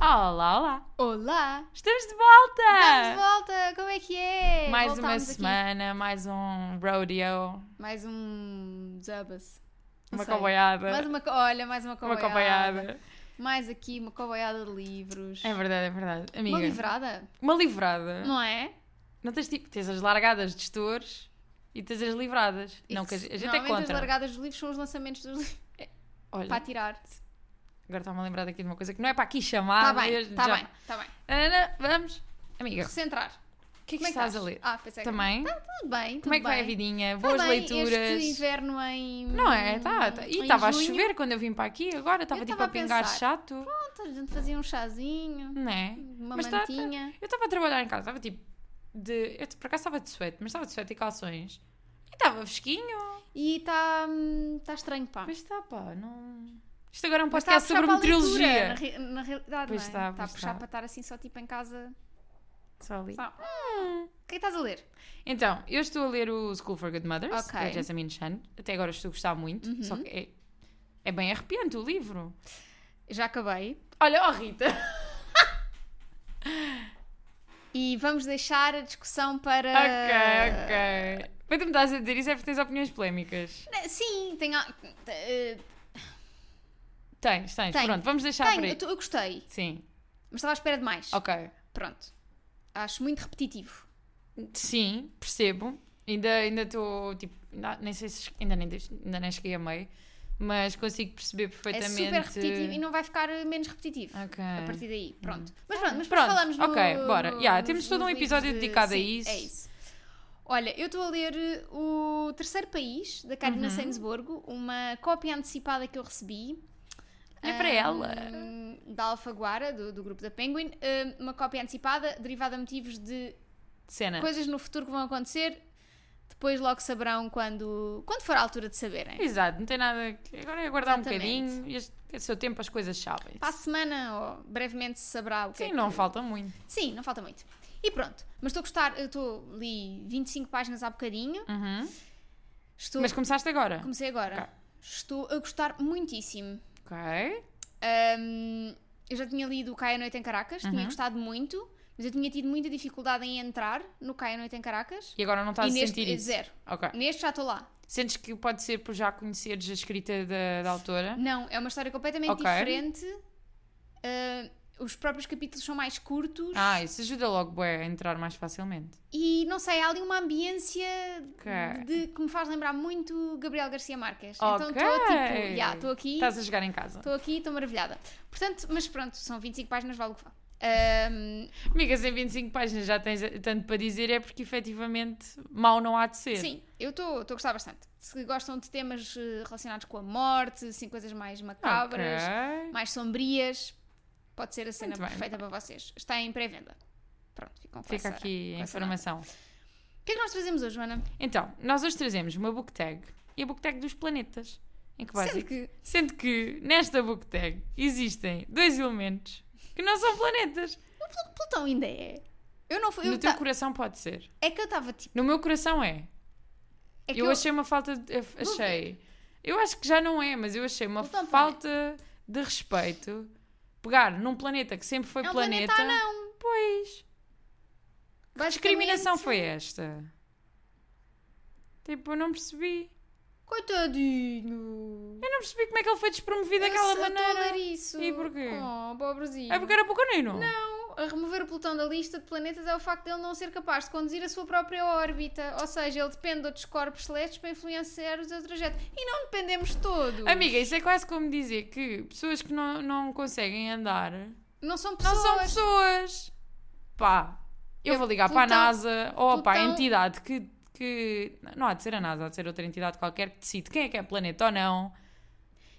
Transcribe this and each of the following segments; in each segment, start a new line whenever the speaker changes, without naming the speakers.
Olá, olá!
Olá!
Estamos de volta!
Estamos de volta! Como é que é?
Ah. Mais uma
Voltámos aqui.
semana, mais um rodeo,
Mais um desabas. Não
uma
sei.
comboiada.
Mais uma, co- olha, mais uma
uma
coboiada.
comboiada.
Mais aqui, uma coboiada de livros.
É verdade, é verdade. Amiga,
uma livrada,
uma livrada. Não.
não é?
tens tipo, tens as largadas de estores e tens as livradas. Não, que a gente é
Normalmente as
contra.
largadas dos livros são os lançamentos dos livros
Olha,
para tirar.
agora está-me a lembrar aqui de uma coisa que não é para aqui
Está
chamar.
Tá bem,
mas
está
já-
bem, está bem.
Ana, vamos. Amiga, o
Recentrar.
que é que
Como é que
estás a
estás?
ler?
Ah, pensei que-
Também?
Tudo bem, tudo
Como é que
bem.
vai a vidinha?
Está
Boas
bem,
leituras.
Este inverno em.
Não é? Tá, tá.
em
E estava a
junho.
chover quando eu vim para aqui, agora estava
Eu
tipo
tava
a
a
pingar
pensar.
chato.
Pronto, a gente fazia um chazinho,
Não é?
uma
Mas tá- tá-
mantinha.
Eu estava a trabalhar em casa, estava tipo de. Eu por acaso estava de suéte, mas estava de suéte e calções. E estava fresquinho.
E está tá estranho, pá.
Pois está, pá, não. Isto agora é um
Mas tá a
podcast sobre
puxar para a leitura,
meteorologia.
né? na re- Na, realidade,
Pois
não é?
tá,
Tá a
pois
puxar
tá.
para estar assim só tipo em casa.
Só ali.
Só, hum, o que é que estás a ler?
Então, eu estou a ler o School for Good Mothers,
Ok. Uhum.
da Jessamine Chan. Até agora estou a gostar muito, só que é, é bem arrepiante o livro.
Já acabei.
Olha, oh Rita!
E vamos deixar a discussão para.
Ok, ok. Quando me estás a dizer isso é porque tens opiniões polémicas.
Né, Sim, tenho.
Tá,
a- eh,
Tens, tens.
Tenho.
Pronto, vamos deixar
Tenho,
por aí.
eu, tô- eu gostei,
Sim.
mas estava à espera de mais.
Ok.
Pronto. Acho muito repetitivo.
Sim, percebo. Ainda ainda estou, tipo, ainda- nem sei se ainda nem, deix- ainda nem cheguei a meio, mas consigo perceber
É
perfeitamente.
super repetitivo e não vai ficar eh, menos repetitivo.
Ok. Hum.
A partir daí, pronto. Mas pronto, mas
Pronto,
depois falamos no,
ok, bora.
no-
Yeah, temos
nos-
todo um
nos livros
episódio
de-
dedicado a
sim,
isso.
É isso. Olha, eu estou a ler eh, o Terceiro País, da Karina
Uhum.
Sainsborgo, uma cópia antecipada que eu recebi.
É
ah,
para ela.
Da Alfaguara, do, do grupo da Penguin. ah, uma cópia antecipada derivada a motivos de
Cena.
coisas no futuro que vão acontecer. Depois logo saberão quando, quando for a altura de saberem.
Exato, não tem nada. que- Agora é aguardar um
Exatamente.
bocadinho. Este é o seu tempo, as coisas sabem.
Para a semana, ou brevemente se saberá o que é
Sim,
que-
não falta muito.
Sim, não falta muito. E pronto, mas estou a gostar, eu estou li 25 páginas há bocadinho.
Uhum.
Estou
Mas começaste agora.
comecei agora.
Ok.
Estou a gostar muitíssimo.
Ok.
Ahm, eu já tinha lido o Cai a Noite em Caracas, tinha
Uhum.
gostado muito, mas eu tinha tido muita dificuldade em entrar no Cai a Noite em Caracas.
E agora não estás
e
a
neste
sentir
é
isso.
zero.
Ok.
Neste já estou lá.
Sentes que pode ser por já conheceres a escrita da, da autora?
Não, é uma história completamente
Ok.
diferente. Ah, os próprios capítulos são mais curtos
Ah, isso ajuda logo bué, a entrar mais facilmente.
e não sei, há ali uma ambiência
Ok.
de, que me faz lembrar muito Gabriel Garcia Marques. Então
Ok.
estou tipo, "Ya, estou aqui,
Estás a jogar em casa.
estou aqui, estou maravilhada. Portanto, mas pronto, são 25 páginas, vale o que vale. Ahm,
Amigas, em 25 páginas já tens tanto para dizer, é porque efetivamente mal não há de ser.
sim, eu estou estou a gostar bastante. Se gostam de temas eh, relacionados com a morte, assim, coisas mais macabras,
Ok.
mais sombrias, pode ser a cena
Muito bem.
perfeita para vocês. Está em pré-venda. Pronto, ficam com
Fica
essa-
aqui
com
a
essa nota.
informação.
O que é que nós trazemos hoje, Joana?
Então, nós hoje trazemos uma book tag e a book tag dos planetas. Em que básico?
Sendo que
Sendo que nesta book tag existem dois elementos que não são planetas.
Plutão ainda é. Eu não fui. eu
no teu
ta-
coração pode ser.
É que eu estava tipo.
No meu coração é.
É que
eu,
eu-
achei uma falta de, eu achei eu acho que já não é mas eu achei uma
Plutão
falta de respeito pegar num planeta que sempre foi
É um
planeta,
planeta anão.
pois
Basicamente,
discriminação foi esta tipo eu não percebi
Coitadinho.
eu não percebi como é que ele foi despromovido
Eu
daquela
só estou a ler
maneira
isso.
E porquê?
Oh, pobrezinho.
é porque era pequenino
Não, a remover o Plutão da lista de planetas é o facto de ele não ser capaz de conduzir a sua própria órbita. Ou seja, ele depende de outros corpos celestes para influenciar o seu trajeto. E não dependemos todos.
amiga isso é quase como dizer que pessoas que não, não conseguem andar não
Não são pessoas.
são pessoas pá eu
É,
vou ligar para
Plutão-
a NASA ou para a
Plutão-
entidade que, que. Não há de ser a NASA, há de ser outra entidade qualquer que decide quem é que é planeta ou não.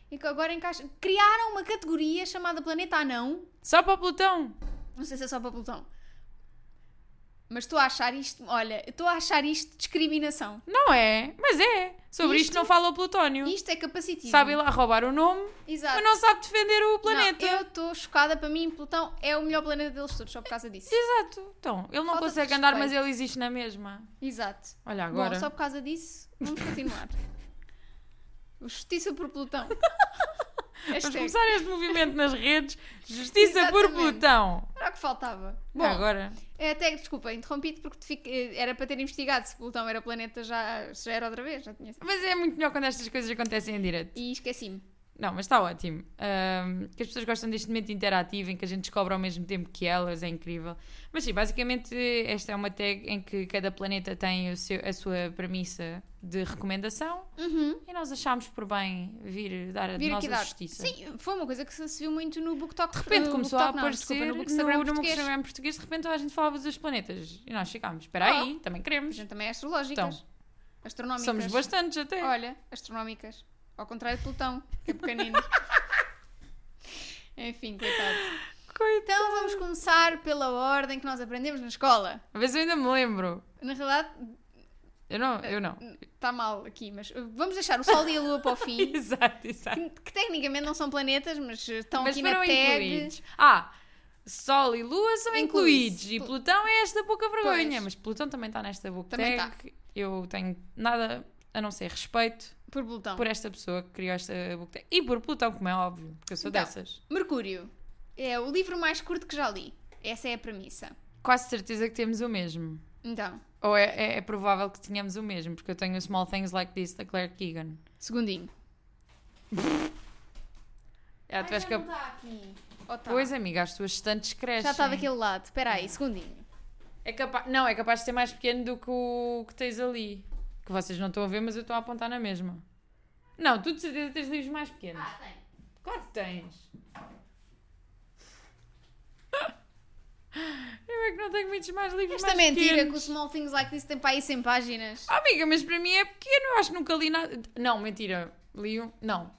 E que agora encaixa. Criaram uma categoria chamada Planeta Anão.
Só para Plutão.
Não sei se é só para Plutão. Mas estou a achar isto, olha, estou a achar isto discriminação.
Não é, mas é. Sobre isto,
Isto-
não fala o Plutónio.
Isto é capacitivo.
Sabe ir lá roubar o nome,
Exato.
mas não sabe defender o planeta.
Não, eu estou chocada, para mim Plutão é o melhor planeta deles todos, só por causa disso.
Exato. Então, ele não
Falta de
consegue andar, mas
respeito.
ele existe na mesma.
Exato.
Olha agora.
Bom, só por causa disso, vamos continuar. Justiça por Plutão.
Vamos
Hashtag.
começar este movimento nas redes. Justiça por
Exatamente.
Plutão.
Era o que faltava.
Bom,
Bom, eh,
É agora.
até, desculpa, interrompi-te porque te fico- eh, era para ter investigado se Plutão era planeta, já, já era outra vez, já tinha sido.
Mas é muito melhor quando estas coisas acontecem em direto.
E esqueci-me.
Não, mas está ótimo. Ahm, que as pessoas gostam deste momento interativo em que a gente descobre ao mesmo tempo que elas, é incrível. Mas sim, basicamente esta é uma tag em que cada planeta tem o seu- a sua premissa de recomendação
Uhum.
e nós achámos por bem vir dar a
Vir
nós
aqui dar.
a justiça.
Sim, foi uma coisa que se se viu muito no BookTok.
De repente começou a aparecer
Não, desculpa, no
no
Instagram
no
português.
Instagram português, de repente toda a gente falava dos planetas e nós ficámos, espera
Oh,
aí, também
A
queremos.
gente também é astrológicas.
Então,
astronómicas.
Somos bastantes até.
Olha, astronómicas. Ao contrário de Plutão, que é pequenino. Enfim, coitado.
Coitado.
Então vamos começar pela ordem que nós aprendemos na escola.
Mas eu ainda me lembro.
Na realidade,
Eu não, eu não.
está mal aqui, mas uh, vamos deixar o Sol e a Lua para o fim.
Exato, exato.
Que, que tecnicamente não são planetas, mas uh, estão
Mas
aqui na
foram
tag.
incluídos. Ah, Sol e Lua são
Incluídos.
incluídos. E Plutão é esta pouca vergonha.
Pois.
Mas Plutão também está nesta boca
Também
tag. Eu tenho nada a não ser respeito
Por Plutão.
por esta pessoa que criou esta book tag. E por Plutão, como é óbvio, porque eu sou
Então.
dessas.
Mercúrio. É o livro mais curto que já li. Essa é a premissa.
Quase certeza que temos o mesmo.
Então,
Ou é, é- é provável que tenhamos o mesmo, porque eu tenho o Small Things Like This da Claire Keegan.
segundinho.
Já tiveste Ah, que... é
está aqui. Oh, tá.
Pois, é, amiga, as tuas estantes crescem.
já está daquele lado. Espera aí, segundinho.
É capa... Não, é capaz de ser mais pequeno do que o que tens ali. Que vocês não estão a ver, mas eu estou a apontar na mesma. Não, tu de certeza tens livros mais pequenos.
tem.
Claro que tens. Eu é que não tenho muitos mais livros
Esta
mais
mentira
pequenos.
que o Small Things Like This tem para aí 100 páginas.
Oh, amiga, mas para mim é pequeno. Eu acho que nunca li nada. Não, mentira. Li um... Não.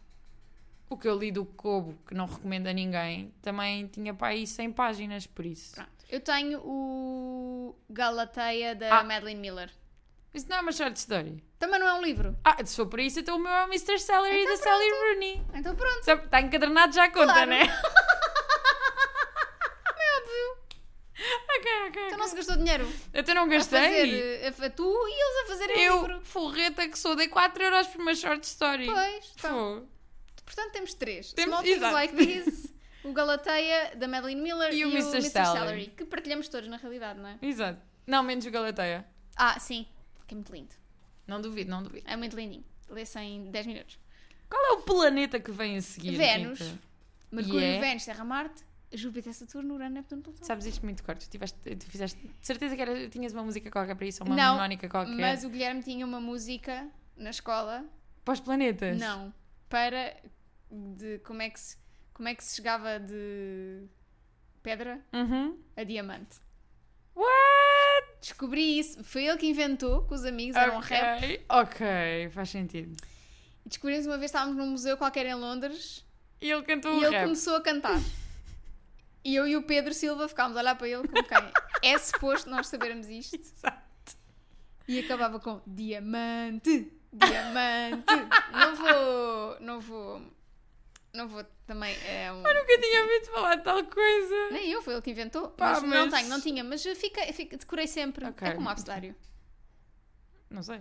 O que eu li do Cobo, que não recomendo a ninguém, também tinha para aí 100 páginas, por isso.
Pronto. Eu tenho o Galateia da
Ah.
Madeleine Miller.
Isso não é uma short story.
Também não é um livro.
Ah, se for por isso, então o meu é o Mr. Celery
Então
da Sally Rooney.
Então pronto.
Está encadernado, já conta,
Claro.
né?
É óbvio.
ok, ok.
Então
ok.
não se gastou dinheiro.
Então não
A
gastei.
fazer, eh, a fa- tu e eles a fazerem o
Eu,
livro.
forreta que sou, dei 4 euros por uma short story.
Pois. então.
Fogo.
Portanto, temos três.
Temos-
Small Things
exato.
Like This, o Galateia da Madeleine Miller
E o Mr.
Salary.
Salary.
Que partilhamos todos, na realidade, não é?
Exato. Não, menos o Galateia.
Ah, sim. Que é muito lindo.
Não duvido, não duvido.
É muito lindinho. Lê-se em 10 minutos.
Qual é o planeta que vem a seguir?
Vênus.
Rita?
Mercúrio,
E é?
Vênus, Terra, Marte, Júpiter, Saturno, Urano, Neptuno, Plutão.
Sabes isto muito corto. Tu, tiveste, tu fizeste. De certeza que era, tinhas uma música qualquer para isso, ou uma
Não,
harmónica qualquer.
Mas o Guilherme tinha uma música na escola
Para os planetas.
Não, para de como é que se, como é que se chegava de pedra
Uhum.
a diamante.
What?
Descobri isso, foi ele que inventou, que os amigos eram
ok,
um rap.
ok, faz sentido.
E descobrimos uma vez estávamos num museu qualquer em Londres
E ele cantou
e
o
ele
rap.
começou a cantar. E eu e o Pedro Silva ficámos a olhar para ele como quem? É suposto nós sabermos isto.
Exato.
E acabava com diamante, diamante. Não vou, não vou, não vou também. É um...
Eu nunca tinha ouvido falar de tal coisa.
Nem eu, foi ele que inventou.
Pá,
mas, não
mas-
tenho, não tinha, mas fica, fica- decorei sempre.
Ok.
É como abcedário.
Não sei.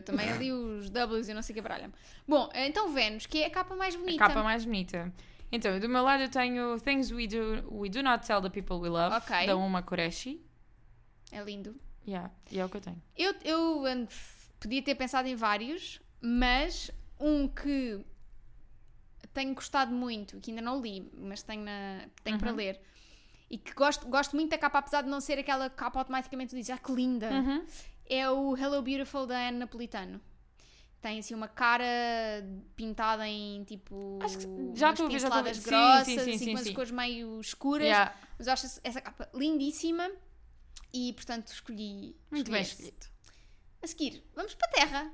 também li os W's e não sei o que baralha Bom, então Vênus, que é a capa mais
A
bonita.
capa mais bonita. Então, do meu lado eu tenho Things We Do, we do Not Tell the People We Love,
Ok.
da Uma Koreshi.
É lindo.
Yeah, e é o que eu tenho.
Eu, eu and- podia ter pensado em vários, mas um que tenho gostado muito, que ainda não li, mas tenho, na- tenho
Uhum.
para ler. E que gosto, gosto muito da capa, apesar de não ser aquela capa automaticamente tu dizes, ah, que linda.
Uhum.
é o Hello Beautiful da Anne Napolitano. Tem assim uma cara pintada em tipo.
Acho que já
umas
estou a ver, já estou a ver.
pinceladas
Sim,
grossas,
sim, sim,
assim,
sim,
com umas
sim.
cores meio escuras.
Yeah,
Mas eu acho essa capa lindíssima e, portanto, escolhi.
Muito
escolhi
bem
esse.
escolhido.
A seguir, vamos para a Terra.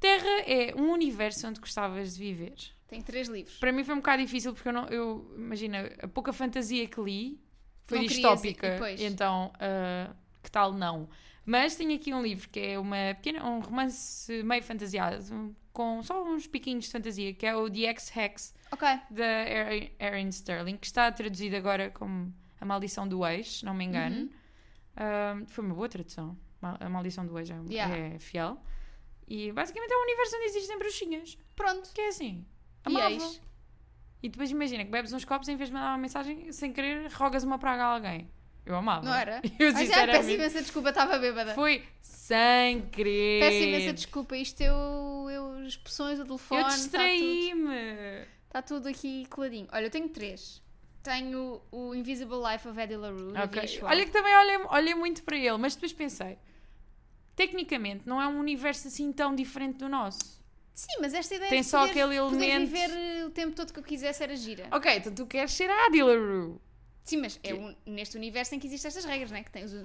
Terra é um universo onde gostavas de viver.
Tem três livros.
Para mim foi um bocado difícil porque eu não. Eu, imagina, a pouca fantasia que li foi
Não querias, e
distópica.
depois?
Então, ah, que tal não? Mas tenho aqui um livro que é uma pequena, um romance meio fantasiado, com só uns piquinhos de fantasia, que é o The X-Hex,
Ok.
da Erin- Erin Sterling, que está traduzido agora como A Maldição do Ex, se não me engano.
Uhum.
Um, foi uma boa tradução. Ma- A Maldição do Ex é,
Yeah.
é fiel. E basicamente é um universo onde existem bruxinhas.
Pronto.
Que é assim.
E
Amava.
eis.
E depois imagina que bebes uns copos e em vez de mandar uma mensagem, sem querer, rogas uma praga a alguém. Eu amava.
Não era?
Eu
Mas já, é peço
sinceramente.
imensa desculpa, estava bêbada.
Foi sem querer.
Peço imensa desculpa, isto eu, eu expressões do telefone.
Eu
tá
distraí-me.
tudo- Está tudo, aqui coladinho. Olha, eu tenho três. Tenho o Invisible Life of Eddie LaRue. da
Ok.
Via Schwab.
Olha que também olhei, olhei muito para ele, mas depois pensei: tecnicamente não é um universo assim tão diferente do nosso.
Sim, mas esta ideia
Tem
de
só
poder,
aquele
poder
elemento.
viver eh, o tempo todo que eu quisesse era gira.
Ok, então tu queres ser a Adila Rue.
Sim, mas é um- neste universo em que existem estas regras, né? Que tens o...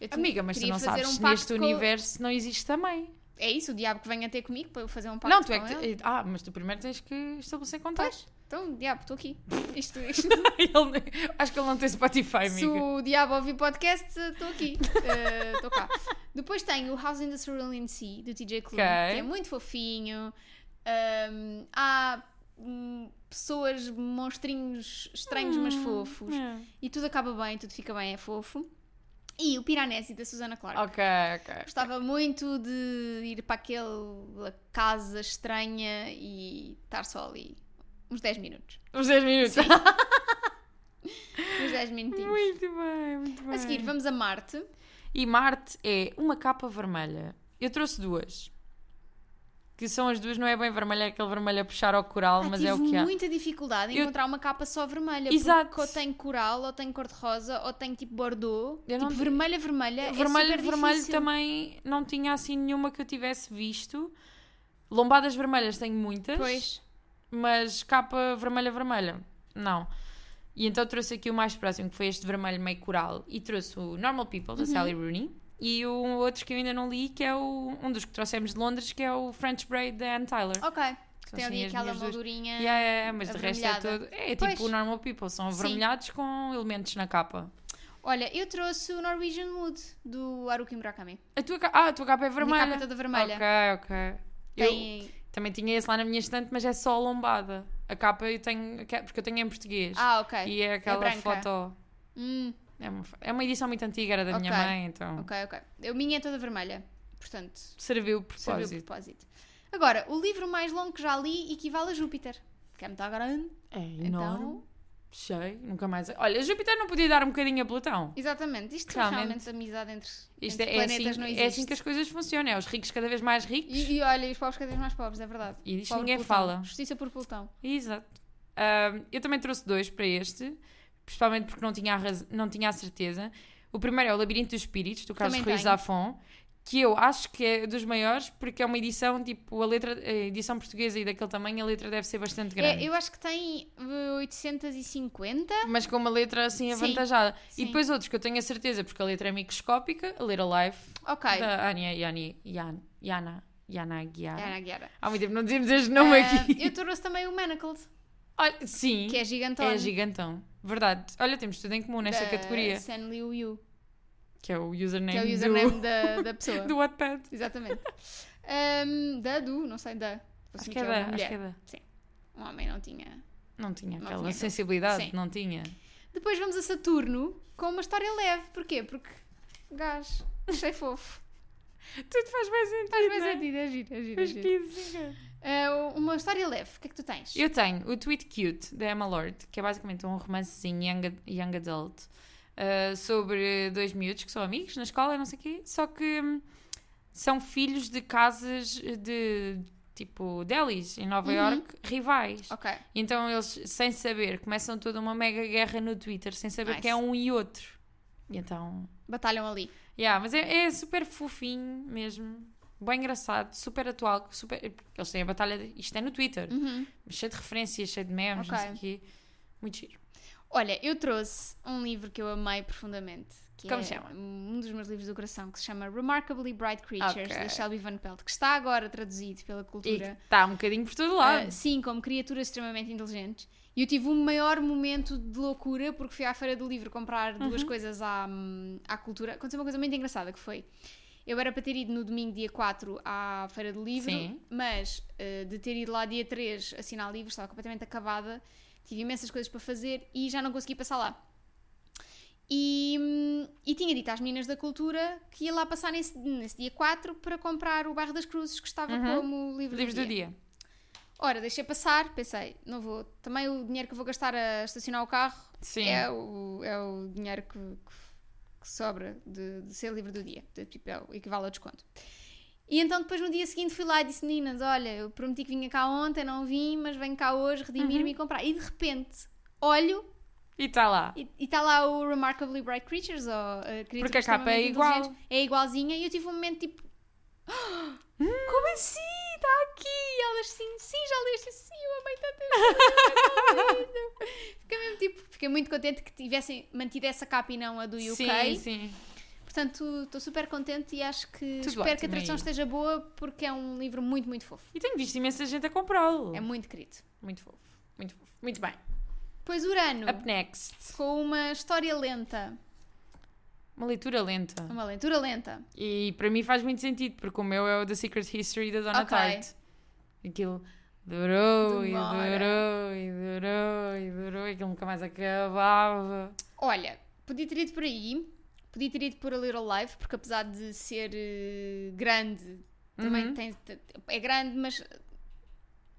eu te-
Amiga, mas tu
queria
não
fazer um
sabes se
pacto
neste
com-
universo não existe também.
É isso, o diabo que vem até comigo para eu fazer um pacto
Não, tu
com
é que.
ele.
te- Ah, mas tu primeiro tens que estabelecer contato.
Pois, então, diabo, estou aqui. Isto, isto-
Ele- acho que ele não tem Spotify,
Se
amiga.
o diabo ouvir podcast, estou aqui. Eh, Estou cá. Depois tem o House in the Cerulean Sea, do TJ Klune,
Ok.
que é muito fofinho. Ahm, há hum, pessoas, monstrinhos estranhos, mas fofos.
É.
E tudo acaba bem, tudo fica bem, é fofo. E o Piranesi, da Susana Clark.
Ok, ok.
Gostava muito de ir para aquela casa estranha e estar só ali uns 10 minutos.
Os 10 minutos.
Uns 10 minutinhos.
Muito bem, muito bem.
A seguir, vamos a Marte.
E Marte é uma capa vermelha. Eu trouxe duas. Que são as duas, não é bem vermelha, é aquele vermelho a puxar ao coral,
Ah,
mas
tive
é o que há.
muita dificuldade em
Eu-
encontrar uma capa só vermelha.
Exato.
Porque ou tem coral, ou tem cor-de-rosa, ou tem tipo bordeaux.
Eu
tipo
não-
vermelha, vermelha. é
vermelho,
super
vermelho
difícil.
também não tinha assim nenhuma que eu tivesse visto. Lombadas vermelhas tenho muitas,
Pois.
mas capa vermelha, vermelha, não. E então trouxe aqui o mais próximo, que foi este vermelho meio coral. E trouxe o Normal People,
Uhum.
da Sally Rooney. E o outro que eu ainda não li, que é o, um dos que trouxemos de Londres, que é o French Braid da Anne Tyler.
Ok.
São assim
tem ali
as
aquela
minhas duas-
moldurinha.
Yeah, yeah, yeah, mas de resto é
avermelhada.
tudo. É tipo
Pois.
o normal people, são
Sim.
avermelhados com elementos na capa.
Olha, eu trouxe o Norwegian Wood, do Haruki Murakami.
A tua, ca- ah, a tua capa é
Vermelha.
vermelha.
capa toda vermelha.
Ok, ok. Eu
Tem...
também tinha esse lá na minha estante, mas é só a lombada. A capa eu tenho, que- é- porque eu tenho em português.
Ah, ok.
E é aquela
branca.
foto.
Hum,
É uma, fo- é uma edição muito antiga, era da minha
Ok.
mãe, então
ok, ok. A minha é toda vermelha. Portanto,
serviu o
serviu
propósito.
o propósito. Agora, o livro mais longo que já li equivale a Júpiter. Que é muito grande.
É enorme,
Então,
cheio, nunca mais. Olha, Júpiter não podia dar um bocadinho a Plutão.
exatamente. Isto
Realmente.
realmente, amizade entre,
Isto
entre
é, é
planetas
assim,
não
é
existe.
assim que as coisas funcionam. É os ricos cada vez mais ricos.
e, e olha, e os pobres cada vez mais pobres, é verdade.
E disto
Pobre
ninguém
Plutão.
fala.
Justiça por Plutão.
Exato. Ahm, eu também trouxe dois para este, principalmente porque não tinha a, raz- não tinha a certeza. O primeiro é o Labirinto dos Espíritos, do Carlos
Também
Ruiz
tenho.
Zafon, que eu acho que é dos maiores, porque é uma edição, tipo, a letra, a edição portuguesa e daquele tamanho, a letra deve ser bastante grande.
É, eu acho que tem eh, 850.
Mas com uma letra assim
Sim,
avantajada.
sim.
E depois outros que eu tenho a certeza, porque a letra é microscópica, a Little Life,
Ok.
da Ania Yanni, Yan, Yana, Yana Guiara.
Era a Guiara.
Há muito tempo não dizemos este nome
Eh,
aqui.
eu trouxe também o Manacled,
Olha, sim.
que é gigantão.
É gigantão. Verdade. Olha, temos tudo em comum nesta categoria.
San Liu Yu,
Que é o
que é
username,
o username
do,
da, da pessoa.
do Wattpad.
Exatamente. Ahm, da, do, não sei, da.
Acho
Assumi
que é da. Acho
mulher.
que é da.
Um homem não tinha.
Não tinha
Não
aquela
tinha.
sensibilidade,
Sim.
não tinha.
Depois vamos a Saturno com uma história leve. Porquê? Porque gás. Achei fofo.
Tudo faz bem sentido.
Faz bem
não é?
sentido, é giro, é giro. É
Faz
giro.
sentido, sim.
Ah, uma história leve, o que é que tu tens?
Eu tenho o Tweet Cute da Emma Lord, que é basicamente um romancezinho young, young adult ah, sobre dois miúdos que são amigos na escola, não sei o quê, só que hum, são filhos de casas de tipo delis em Nova
Uhum.
York rivais.
Ok.
Então eles, sem saber, começam toda uma mega guerra no Twitter, sem saber
Nice.
que é um e outro. E então.
Batalham ali.
Yeah, mas é, é super fofinho mesmo. Bem engraçado, super atual. Super... Eles têm a batalha. de- Isto é no Twitter.
Uhum.
Cheio de referências, cheio de memes, não sei o
Ok.
quê. Muito giro.
Olha, eu trouxe um livro que eu amei profundamente. Que
Como
é
se chama?
Um dos meus livros do coração, que se chama Remarkably Bright Creatures,
Ok.
da Shelby Van Pelt, que está agora traduzido pela
E
cultura.
está um bocadinho por todo lado.
Ah, sim, como criaturas extremamente inteligentes. E eu tive o maior momento de loucura porque fui à feira do livro comprar
Uhum.
duas coisas à, à cultura. Aconteceu uma coisa muito engraçada que foi. Eu era para ter ido no domingo, dia 4, à Feira do Livro,
Sim.
mas ah, de ter ido lá dia 3 assinar livros, estava completamente acabada, tive imensas coisas para fazer e já não consegui passar lá. E, hum, e tinha dito às meninas da cultura que ia lá passar nesse, nesse dia 4 para comprar o Bairro das Cruzes, que estava
Uhum.
como livro
Livros do dia.
Ora, deixei passar, pensei, não vou. Também o dinheiro que vou gastar a estacionar o carro
Sim.
é o, é o dinheiro que, que- que sobra de, de ser livre do dia. De, tipo, é o equivale ao desconto. E então depois no dia seguinte fui lá e disse, meninas, olha, eu prometi que vinha cá ontem, não vim, mas venho cá hoje
Uhum.
redimir-me e comprar. E de repente, olho
E está lá.
e está lá o Remarkably Bright Creatures, ou uh, Criaturas
Porque a capa é
Extremamente
igual.
Inteligentes, É igualzinha e eu tive um momento tipo. "Ah, Como assim? Está aqui! E elas sim, sim, já leste sim, eu amei tanto esta coisa, tão lindo." Fiquei mesmo tipo, fiquei muito contente que tivessem mantido essa capa e não a do UK.
Sim, sim.
Portanto, estou super contente e acho que
Tudo
espero que a
ótimo é
tradução
aí.
esteja boa porque é um livro muito, muito fofo.
E tenho visto imensa gente a comprá-lo.
É muito querido.
Muito fofo. Muito fofo. Muito bem.
Pois Urano,
Up next.
com uma história lenta,
Uma leitura lenta.
uma leitura lenta.
E para mim faz muito sentido, porque o meu é o The Secret History da Donna
Ok.
Tartt. Aquilo durou e
Demora.
durou e durou e durou e aquilo nunca mais acabava.
Olha, podia ter ido por aí, podia ter ido por a Little Life, porque apesar de ser eh, grande, também
Uhum.
tem, te- é grande, mas eh,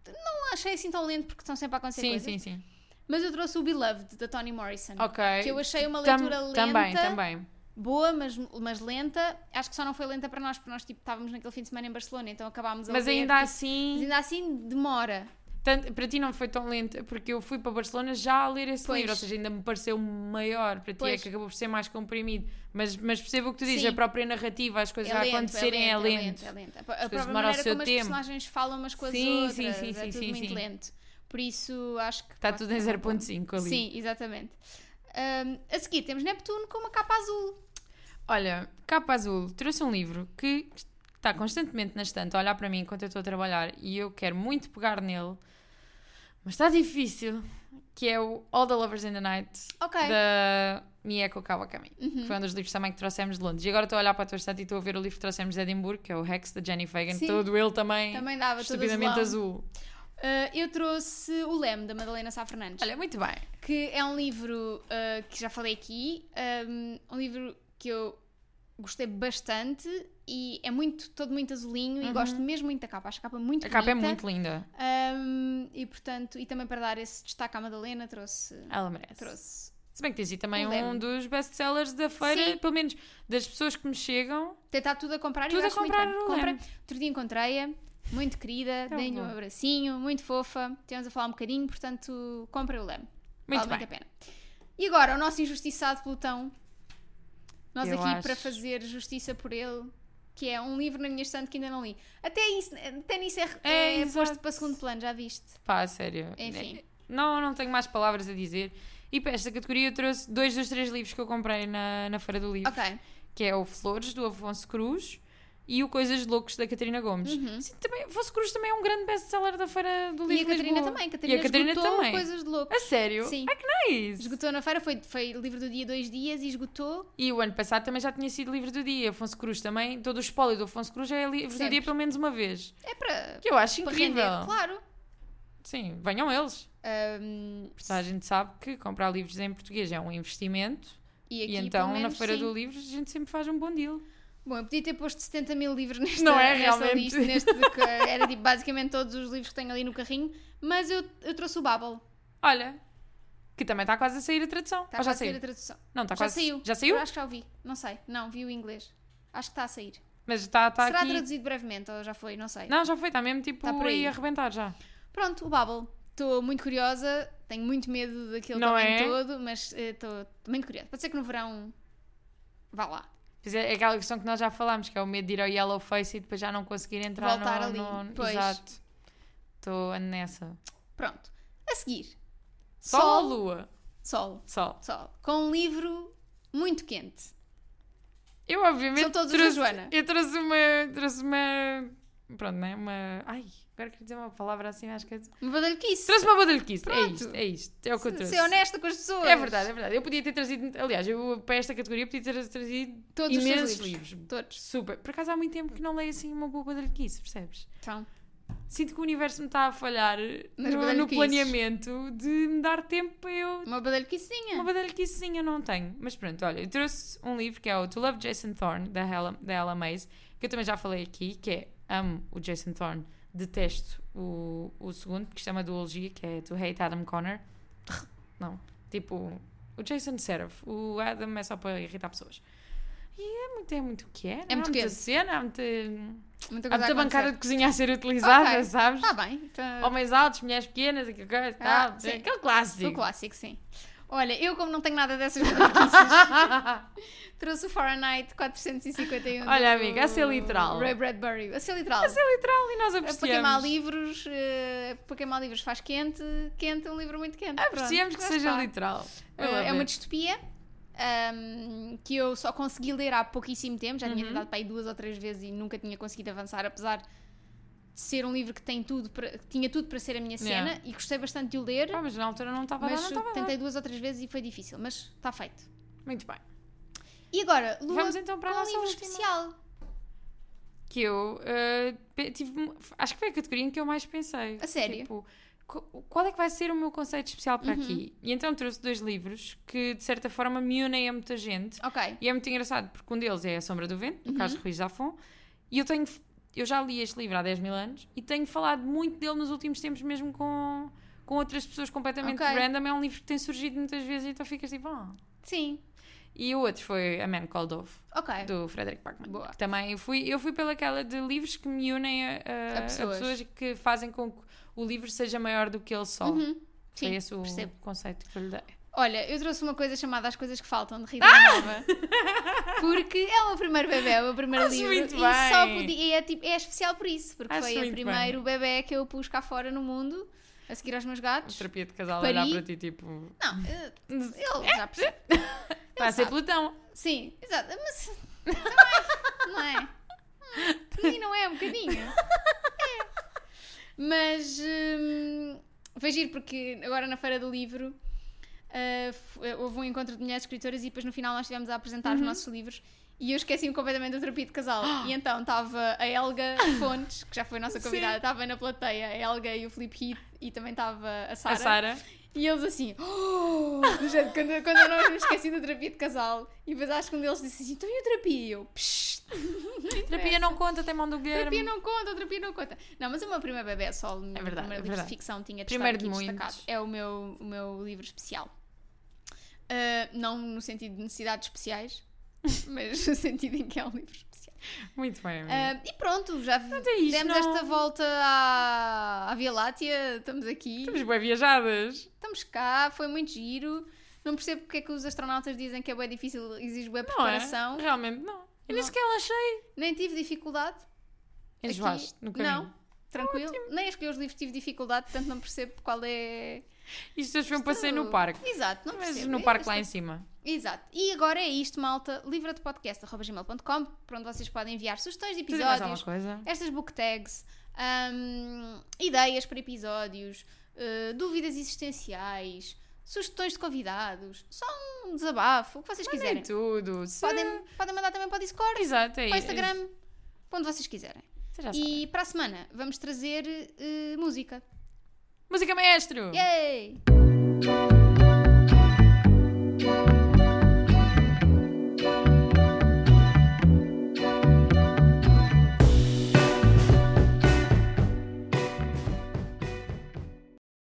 não achei assim tão lento porque estão sempre a acontecer
Sim,
coisas.
sim, sim.
Mas eu trouxe o Beloved da Toni Morrison.
Ok.
Que eu achei uma
Tam-
leitura lenta,
Também, também.
boa, mas, mas lenta. Acho que só não foi lenta para nós, porque nós tipo, estávamos naquele fim de semana em Barcelona, então acabámos a
Mas
ler,
ainda
tipo, mas
assim,
ainda assim demora.
tanto- para ti não foi tão lenta, porque eu fui para Barcelona já a ler esse
Pois.
livro, ou seja, ainda me pareceu maior. Para ti é
Pois.
que acabou por ser mais comprimido. Mas, mas percebo o que tu dizes,
Sim.
a própria narrativa, as coisas
É
a
lento,
acontecerem
é
é
lento.
lento.
é lento. A, a
coisas
própria
demoram ao
maneira
seu
como
tempo.
as personagens falam umas com as
Sim,
outras.
sim, sim,
é
sim,
tudo
sim,
muito
sim.
lento. Por isso acho que.
Está
pode
tudo em
ficar bom.
0.5 ali.
Sim, exatamente. Ahm, a seguir temos Neptuno com uma capa azul.
Olha, Capa Azul trouxe um livro que está constantemente na estante a olhar para mim enquanto eu estou a trabalhar e eu quero muito pegar nele, mas está difícil, que é o All the Lovers in the Night,
Ok.
da Mieko Kawakami,
Uhum.
que foi um dos livros também que trouxemos de Londres. E agora estou a olhar para a tua estante e estou a ver o livro que trouxemos de Edimburgo, que é o Hex, da Jenny Fagan,
Sim.
todo ele também,
Também dava tudo
estupidamente
azulão.
azul.
Ah, eu trouxe o Leme da Madalena Sá Fernandes,
Olha, muito bem.
que é um livro ah, que já falei aqui, ahm, um livro que eu gostei bastante e é muito todo muito azulinho e gosto mesmo muito da capa. Acho a capa muito
Uhum. A capa é
bonita.
muito linda,
Um, e portanto, e também para dar esse destaque à Madalena, trouxe.
ela merece.
trouxe.
Se bem que tens aí também
O Leme.
um dos best-sellers da feira,
Sim.
pelo menos das pessoas que me chegam,
Tentar tudo a comprar
Tudo
eu
a
acho muito
comprar,
bem.
eu
Comprei.
lembro.
Outro dia encontrei-a, muito querida,
Tão
dei-lhe um
bom.
abracinho, muito fofa. Tivemos a falar um bocadinho, portanto, comprei o leme.
muito
vale
bem.
muito a pena. E agora, o nosso injustiçado Plutão. Nós
Eu
aqui
acho.
para fazer justiça por ele, que é um livro na minha estante que ainda não li. Até, isso, até nisso é,
É,
é,
exato. É,
posto para segundo plano, já viste?
Pá, a sério.
Enfim.
Não, não tenho mais palavras a dizer. E para esta categoria eu trouxe dois dos três livros que eu comprei na, na Feira do Livro,
Ok.
que é o Flores, do Afonso Cruz, e o Coisas de Loucos, da Catarina Gomes. Sim, também, Afonso Cruz também é um grande best-seller da Feira do Livro
Uhum. E a
de
Catarina
Lisboa.
também. A Catarina,
Catarina
esgotou
também.
coisas de louco.
A sério?
Sim.
Ai que nice!
Esgotou na feira, foi, foi livro do dia dois dias e esgotou.
E o ano passado também já tinha sido livro do dia. Afonso Cruz também, todo o espólio do Afonso Cruz já é livro do
Sempre.
dia pelo menos uma vez.
É para,
Que eu acho
para
incrível.
render, claro.
Sim, venham eles.
Ahm,
Portanto, a gente sabe que comprar livros em português é um investimento.
e aqui,
e então,
pelo menos,
na Feira
sim.
do Livro, a gente sempre faz um bom deal.
Bom, eu podia ter posto 70 mil livros nesta,
Não é,
nesta
realmente.
lista, neste de que era tipo, basicamente todos os livros que tenho ali no carrinho, mas eu, eu trouxe o Babel.
Olha, que também está quase a sair a tradução.
Está
Ou Ah, já
Tá quase a sair
saiu?
a tradução.
Não, está
já
quase.
saiu.
Já saiu?
Eu acho que já o vi. Não sei. Não, vi o inglês. Acho que está a sair.
Mas está está
Será
Tá aqui.
traduzido brevemente ou já foi? Não sei.
Não, já foi, está mesmo tipo
Está por aí.
a arrebentar já.
Pronto, o Babel. Estou muito curiosa, tenho muito medo daquele
Não
tamanho
é?
todo, mas eh, estou muito curiosa. Pode ser que no verão vá lá.
Pois é, é aquela questão que nós já falámos, que é o medo de ir ao yellow face e depois já não conseguir entrar
Voltar
no,
ali,
no-
pois.
Exato. Estou nessa.
Pronto. A seguir.
Sol, ou lua?
Sol.
Sol.
Sol. Com um livro muito quente.
Eu obviamente
São todos os da
trouxe,
Joana.
Eu trouxe uma, trouxe uma, pronto, né? Uma, ai, agora queria dizer uma palavra assim, acho que é...
Uma badalhoquice.
Trouxe uma badalhoquice, é
Pronto.
isto, é isto, é o que eu
Se-
trouxe.
Ser honesta com as pessoas.
É verdade, é verdade. Eu podia ter trazido, aliás, eu para esta categoria podia ter trazido
Todos os
imensos
seus livros.
livros.
Todos.
Super. Por acaso há muito tempo que não leio assim uma boa badalhoquice, percebes?
Então,
Sinto que o universo me está a falhar
Nas
no, no
badalhoquices.
planeamento de me dar tempo para eu.
uma
Uma
badalhoquicinha.
badalhoquicezinha eu não tenho. Mas pronto, olha, eu trouxe um livro que é o To Love Jason Thorne, da Hella, da Ella Mays, que eu também já falei aqui, que é amo o Jason Thorne, detesto o, o segundo, que se chama Duologia, que é To Hate Adam Connor. Não, tipo, o Jason Seraph. O Adam é só para irritar pessoas. E é muito, é muito o que é. não
muito
há muita
quê?
cena, há muita,
Muita
há
coisa
muita
a
bancada de cozinha a ser utilizada,
Ok.
sabes?
Está bem. Tá...
Homens altos, mulheres pequenas, aquele, coisa,
Ah,
tal.
sim.
aquele clássico.
O clássico, sim. Olha, eu como não tenho nada dessas coisas, trouxe o Fahrenheit 451.
Olha,
do
amiga, a ser literal.
Ray Bradbury. A ser literal.
Mas é literal e nós
É para queimar
apreciamos.
livros, eh, para queimar livros faz quente, quente é um livro muito quente. Pronto,
Apreciamos Ah, que
lá
seja
está.
literal.
Eh,
Vamos lá
É
ver.
uma distopia ahm, que eu só consegui ler há pouquíssimo tempo, já
Uhum.
tinha tentado para aí duas ou três vezes e nunca tinha conseguido avançar, apesar de ser um livro que tem tudo para- que tinha tudo para ser a minha cena
Yeah.
e gostei bastante de o ler.
Ah, mas na altura não estava a dar,
Mas
não estava a dar.
tentei duas ou três vezes e foi difícil, mas está feito.
Muito bem.
E agora, Lua,
Vamos então para a
qual
nossa
livro
última.
especial?
que eu eh, pe- tive, mu- acho que foi a categoria em que eu mais pensei.
A sério?
Tipo, co- qual é que vai ser o meu conceito especial para aqui? E então trouxe dois livros que de certa forma me unem a muita gente.
Ok.
E é muito engraçado porque um deles é A Sombra do Vento,
Uhum.
do Carlos Ruiz Zafon, e eu tenho eu já li este livro há 10 mil anos e tenho falado muito dele nos últimos tempos mesmo com com outras pessoas completamente
Ok.
random, é um livro que tem surgido muitas vezes e então ficas tipo, ah.
Sim.
E o outro foi A Man Called Off,
Ok.
do Frederick Bachmann.
É. Boa.
Que Também fui, eu fui pelaquela de livros que me unem a, a-
A pessoas.
a pessoas e que fazem com que o livro seja maior do que ele só.
Uhum.
Foi
Sim,
esse o
percebo.
conceito que eu lhe dei.
Olha, eu trouxe uma coisa chamada As Coisas que Faltam, de
Ah!
Rita Nova. Porque é o meu primeiro bebê, o meu primeiro
Acho
livro.
muito
e só
bem.
podia, e é, tipo, é especial por isso, porque
Acho
foi
muito
o primeiro bebê que eu pus cá fora no mundo, a seguir aos meus gatos.
terapia de casal
Pari.
olhar para ti tipo.
Não, eh,
É,
ele já percebe.
Está a ser
sabe.
Plutão.
Sim, exato. Mas não é? Não é? Hum, E não é um bocadinho. É. Mas hum, foi giro porque agora na Feira do Livro ah, f- houve um encontro de mulheres escritoras e depois no final nós estivemos a apresentar
Uhum.
os nossos livros e eu esqueci-me completamente do terapia de casal. E então estava a Helga Fontes, que já foi a nossa
Sim.
convidada, estava na plateia, a Helga e o Filipe Heath e também estava a
A
Sara.
Sara.
E eles assim, "Oh!" Do jeito, quando, quando eu não me esqueci da terapia de casal, e depois acho que um deles disse assim: então e a terapia? E eu, "Psh,
Terapia não conta, tem mão do Guilherme.
terapia não conta, terapia não conta. Não, mas o meu primeiro bebê só, o meu
verdade, é
primeiro livro de
verdade.
ficção tinha de
Primeiro
estar
de
aqui
muitos.
destacado. É o meu, o meu livro especial. Ah, não no sentido de necessidades especiais, mas no sentido em que é um livro especial.
Muito bem, amiga.
Ah, e pronto, já
Hum. é isto,
demos
não.
esta volta à, à Via Láctea, estamos aqui.
Estamos bem viajadas.
Estamos cá, foi muito giro. Não percebo porque é que os astronautas dizem que é bem difícil, exige boa
Não é?
preparação.
Realmente não. Eu
Não.
nem sequer achei.
Nem tive dificuldade. aqui.
Enjoaste no caminho.
Não, tranquilo. Nem a escolher os livros tive dificuldade, portanto não percebo qual é.
Isto hoje foi um passeio
Isto-
no parque.
Exato, não
Mas
percebo.
no parque lá em cima.
Exato. E agora é isto, malta. Livra de podcast.gmail.com, para onde vocês podem enviar sugestões de
Tens mais alguma
episódios,
coisa?
estas book tags, hum, ideias para episódios, eh, dúvidas existenciais, sugestões de convidados, só um desabafo, o que vocês quiserem.
É tudo. Se-
Podem, podem mandar também para o Discord,
Exato, é
para o
isso.
Instagram, para onde vocês quiserem.
Vocês já sabem.
E para a semana vamos trazer eh, música.
Música maestro!
Yay!